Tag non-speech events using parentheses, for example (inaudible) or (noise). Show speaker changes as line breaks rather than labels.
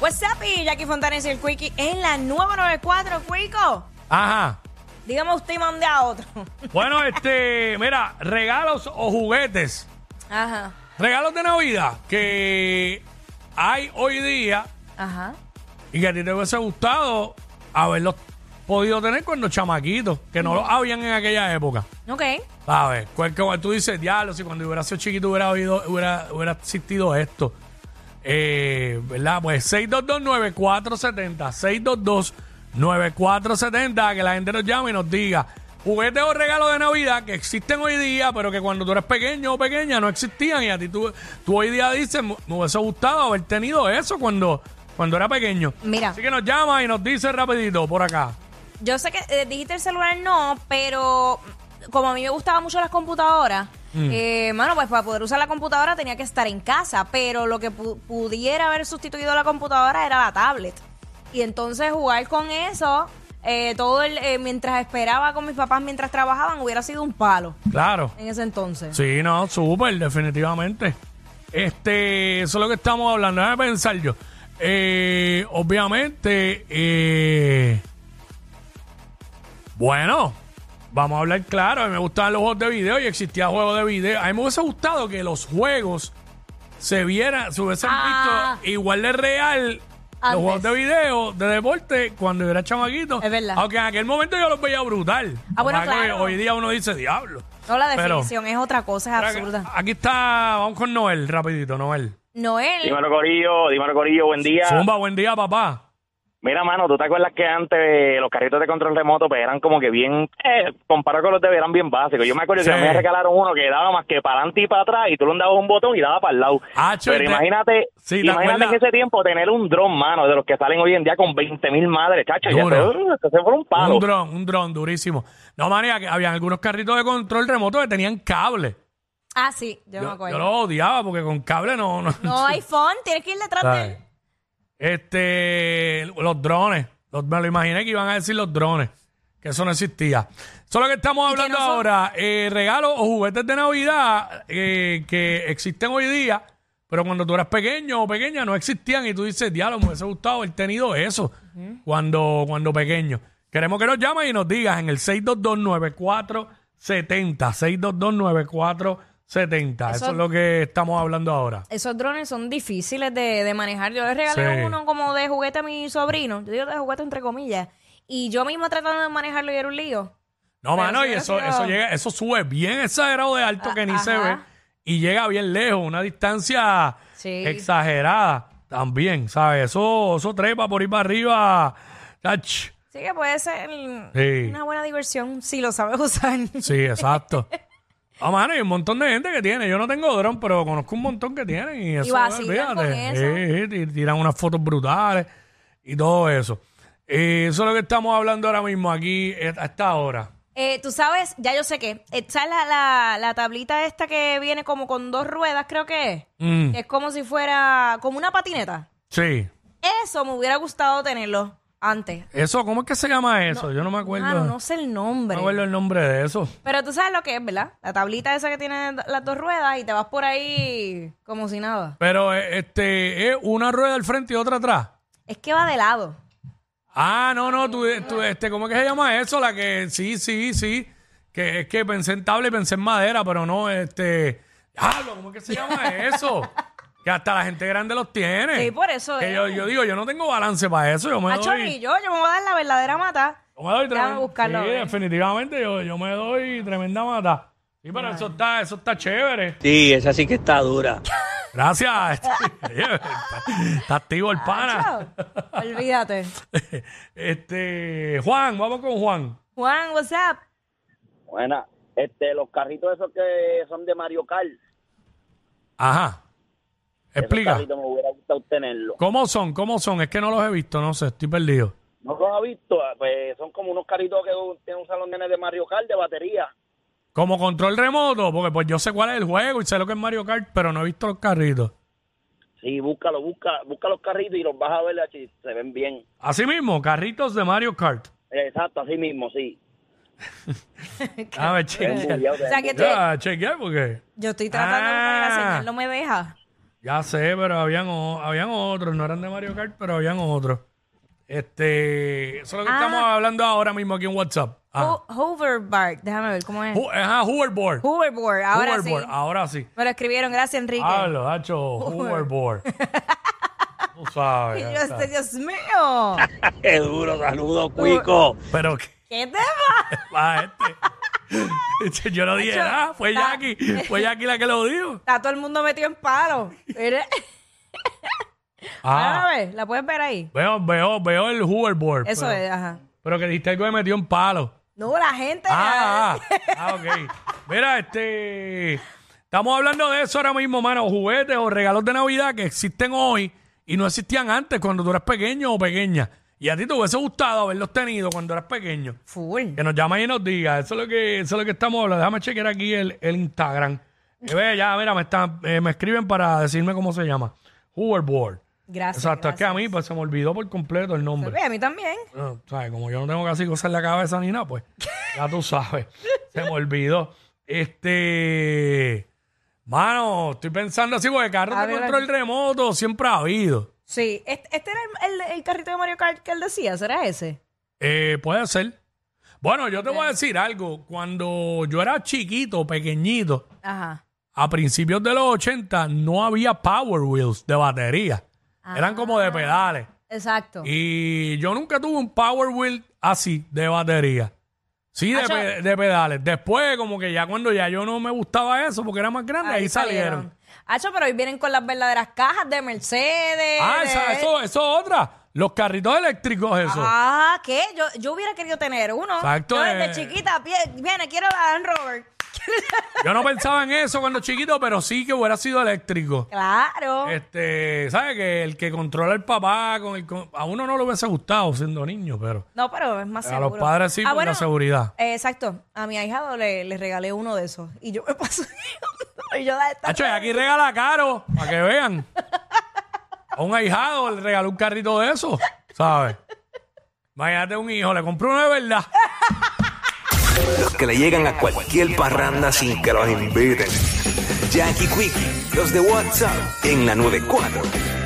What's up y Jackie Fontanes y el Quickie en la 994, Quico.
Ajá.
Dígame usted y mande a otro.
Bueno, este, mira, regalos o juguetes.
(laughs) Ajá,
Regalos de Navidad que hay hoy día
ajá.
y que a ti te hubiese gustado haberlos podido tener cuando chamaquitos, que no los habían en aquella época.
Ok.
¿Sabes? Cual- cual tú dices, diablo, si cuando hubiera sido chiquito hubiera, habido, hubiera, hubiera existido esto. Eh, ¿Verdad? Pues 6229470, 6229470, que la gente nos llame y nos diga juguetes o regalos de Navidad que existen hoy día, pero que cuando tú eras pequeño o pequeña no existían y a ti tú, tú hoy día dices, me me hubiese gustado haber tenido eso cuando, cuando era pequeño.
Mira.
Así que nos llama y nos dice rapidito por acá.
Yo sé que eh, dijiste el celular no, pero como a mí me gustaban mucho las computadoras, eh, mano, pues para poder usar la computadora tenía que estar en casa, pero lo que pu- pudiera haber sustituido la computadora era la tablet. Y entonces jugar con eso, eh, todo el, eh, mientras esperaba con mis papás mientras trabajaban, hubiera sido un palo
Claro.
en ese entonces.
Sí, no, súper, definitivamente. Este, eso es lo que estamos hablando. Déjame pensar yo. Eh, obviamente, eh, bueno, vamos a hablar claro. A mí me gustaban los juegos de video y existía juegos de video. A mí me hubiese gustado que los juegos se vieran, se hubiesen
Ah.
visto igual de real.
Antes.
Los juegos de video, de deporte, cuando yo era chamaquito.
Es verdad.
Aunque en aquel momento yo los veía brutal.
Ah, bueno,
Lo que pasa es que
claro.
Hoy día uno dice, diablo.
No, la
Pero-
definición es otra cosa, es
Espera, que-
absurda.
Aquí está, vamos con Noel, rapidito, Noel.
Noel,
Dímelo Corillo, dímelo Corillo, buen día.
Zumba, buen día, papá.
Mira, mano, ¿tú te acuerdas que antes los carritos de control remoto pues, eran como que bien, eh, comparado con los de eran bien básicos? Yo me acuerdo
Sí.
que a mí me regalaron uno que daba más que para adelante y para atrás y tú le dabas un botón y daba para el lado.
Hacho,
Pero
y te-
imagínate,
Sí, ¿te
imagínate
acuerdas?
que ese tiempo tener un dron, mano, de los que salen hoy en día con 20 mil madres, chacho, ya
Duro.
se, uh, se fue un palo.
Un dron, un dron, durísimo. No, manía, que habían algunos carritos de control remoto que tenían cable.
ah, sí, yo, me
Yo,
acuerdo.
yo los odiaba porque con cable no. No, (laughs)
No, iPhone, tienes que ir detrás de
¿sabes?
él.
Este, los drones. Los- me lo imaginé que iban a decir los drones. Que eso no existía. Solo que
Y
estamos
que
hablando
no son-
ahora, eh, regalos o juguetes de Navidad eh, que existen hoy día, pero cuando tú eras pequeño o pequeña no existían y tú dices, diablo, me hubiese gustado haber tenido eso cuando, cuando pequeño. Queremos que nos llames y nos digas en el 6229470. 6229470.
Eso-
Eso, eso es lo que estamos hablando ahora.
Esos drones son difíciles de, de manejar. Yo les regalé
Sí.
uno como de juguete a mi sobrino. Yo digo de juguete entre comillas. Y yo mismo tratando de manejarlo y era un lío. Pero
No, mano,
sí,
y
pero
eso,
sí,
eso
pero-
llega, eso sube bien exagerado de alto
Ah,
que ni se
ajá.
ve y llega bien lejos, una distancia
Sí.
exagerada también, ¿sabes? Eso, eso trepa por ir para arriba. Ach,
Así que puede ser
Sí.
una buena diversión si lo sabes usar. (laughs)
Sí, exacto. Ah, mano, hay un montón de gente que tiene. Yo no tengo dron, pero conozco un montón que tienen. Y eso,
vacilan con
olvídate. Sí, y tiran unas fotos brutales y todo eso. Eh, eso es lo que estamos hablando ahora mismo aquí, eh, a esta hora.
Eh, Tú sabes, ya yo sé que. ¿Sabes la, la, la tablita esta que viene como con dos ruedas, creo que es?
Mm,
Que Es como si fuera como una patineta.
sí.
Eso me hubiera gustado tenerlo antes.
Eso, ¿cómo es que se llama eso? Yo no me acuerdo.
Mano, no sé el
No
nombre.
me acuerdo el nombre de eso.
Pero tú sabes lo que es, ¿verdad? La tablita esa que tiene do- las dos ruedas y te vas por ahí como si nada.
Pero eh, este, es una rueda al frente y otra atrás.
Es que va de lado.
Ah, no, no, tú, tú, este, ¿cómo es que se llama eso? La que, sí, sí, sí. Que es que pensé en tabla y pensé en madera, pero no, este. Diablo, ¿cómo es que se llama eso? que hasta la gente grande los tiene.
Sí, por eso
Que
es.
yo, yo digo, yo no tengo balance para eso. Yo me
Macho,
doy.
y yo, yo me voy a dar la verdadera mata.
Yo me doy
Déjame
tremenda-
buscarlo,
Sí,
a ver.
definitivamente, yo, yo me doy tremenda mata. Sí, pero eso está, eso está chévere.
Sí, esa sí que está dura.
Gracias. (laughs) está, está activo el pana.
Chao. Olvídate.
(laughs) este, Juan, vamos con Juan.
Juan, what's up?
Buena. Este, los carritos esos que son de Mario Kart.
Ajá.
Esos
Explica.
carritos me hubiera gustado tenerlos.
¿Cómo son? ¿Cómo son? Es que no los he visto, no sé, estoy perdido.
¿No los has visto? Ah, Pues son como unos carritos que tienen un salón de Mario Kart de batería.
Como control remoto, porque pues yo sé cuál es el juego y sé lo que es Mario Kart, pero no he visto los carritos.
Sí, búscalo, busca, busca los carritos y los vas a ver si se ven bien.
Así mismo, carritos de Mario Kart.
Exacto, así mismo, sí.
A ver,
Se ven
chequear.
bugueados,
O
se
sea
ven
que
Ya, chequear porque...
Yo estoy tratando de buscar y la
Ah.
señal, no me deja.
Ya sé, pero habían, o- habían otros, no eran de Mario Kart, pero habían otros. Este, eso es lo que
Ah. Oh.
estamos hablando ahora mismo aquí en WhatsApp. Ajá,
Ho- hoverboard, déjame ver cómo es.
Ah. Ho- ajá, hoverboard.
Hoverboard, ahora
Hoverboard, ah.
sí.
ahora sí.
Me lo escribieron, gracias Enrique.
Hablo, Hacho, hoverboard. Tú
(laughs) Y
sabes.
yo,
ya está.
este, Dios mío.
Qué duro, saludos, Cuico.
Pero qué
¿Qué te va?
va este. (laughs) Yo no dije
Hacho,
nada, fue
está-
Jackie, fue Jackie la que lo dijo.
Está todo el mundo metido en palo. Mira.
(laughs)
A
Ah,
ver, la puedes ver ahí.
veo, veo, veo el hoverboard.
Eso
pero,
es, ajá.
Pero que dijiste algo que me metió en palo.
(laughs) No, la gente.
Ah, ah, ah, ok. Mira, este. Estamos hablando de eso ahora mismo, mano. Juguetes o regalos de Navidad que existen hoy y no existían antes cuando tú eras pequeño o pequeña. Y a ti te hubiese gustado haberlos tenido cuando eras pequeño.
(laughs) Full.
Que nos llama y nos diga. Eso es lo que, eso es lo que estamos hablando. Déjame chequear aquí el, el Instagram. Eh, ve, ya, mira, me, están, eh, me escriben para decirme cómo se llama. Hoverboard.
Gracias.
Exacto, es que
gracias.
a mí pues, se me olvidó por completo el nombre.
Oye, a mí también.
Bueno, ¿sabes? Como yo no tengo casi cosas en la cabeza ni nada, pues ya tú sabes. Se me olvidó. Este. Mano, estoy pensando así, porque carro
A
de
ver,
control remoto siempre ha habido.
Sí, este, este era el, el- el carrito de Mario Kart que él decía, ¿será ese?
Eh, puede ser. Bueno, yo te voy a decir algo. Cuando yo era chiquito, pequeñito,
Ajá.
a principios de los 80, no había Power Wheels de batería. Eran como de pedales.
Exacto.
Y yo nunca tuve un Power Wheel así, de batería. Sí, de,
Ah, yo-
pe- de pedales. Después, como que ya cuando ya yo no me gustaba eso porque era más grande, ahí, salieron.
Hacho, pero hoy vienen con las verdaderas cajas de Mercedes.
Ah,
de-
esa- eso eso es otra. Los carritos eléctricos, eso.
Ah, ¿qué? Yo, yo hubiera querido tener uno.
Exacto,
Yo desde
eh.
chiquita, pie- viene, quiero la Land Rover. (laughs)
Yo no pensaba en eso cuando chiquito, pero sí que hubiera sido eléctrico.
Claro.
Este, ¿sabes? Que el que controla el papá, con el, con- a uno no le hubiese gustado siendo niño, pero
No, pero es más
a
seguro.
los padres sí,
Ah,
por
bueno,
la seguridad.
eh, exacto. A mi ahijado le, le regalé uno de esos. Y yo me paso. (laughs) y yo da esta.
Hacho, y aquí regala caro, para que vean. A un ahijado le regaló un carrito de eso, ¿sabes? Imagínate un hijo, le compró uno de verdad.
Los que le llegan a cualquier parranda sin que los inviten. Jackie Quickie, los de WhatsApp en la 94.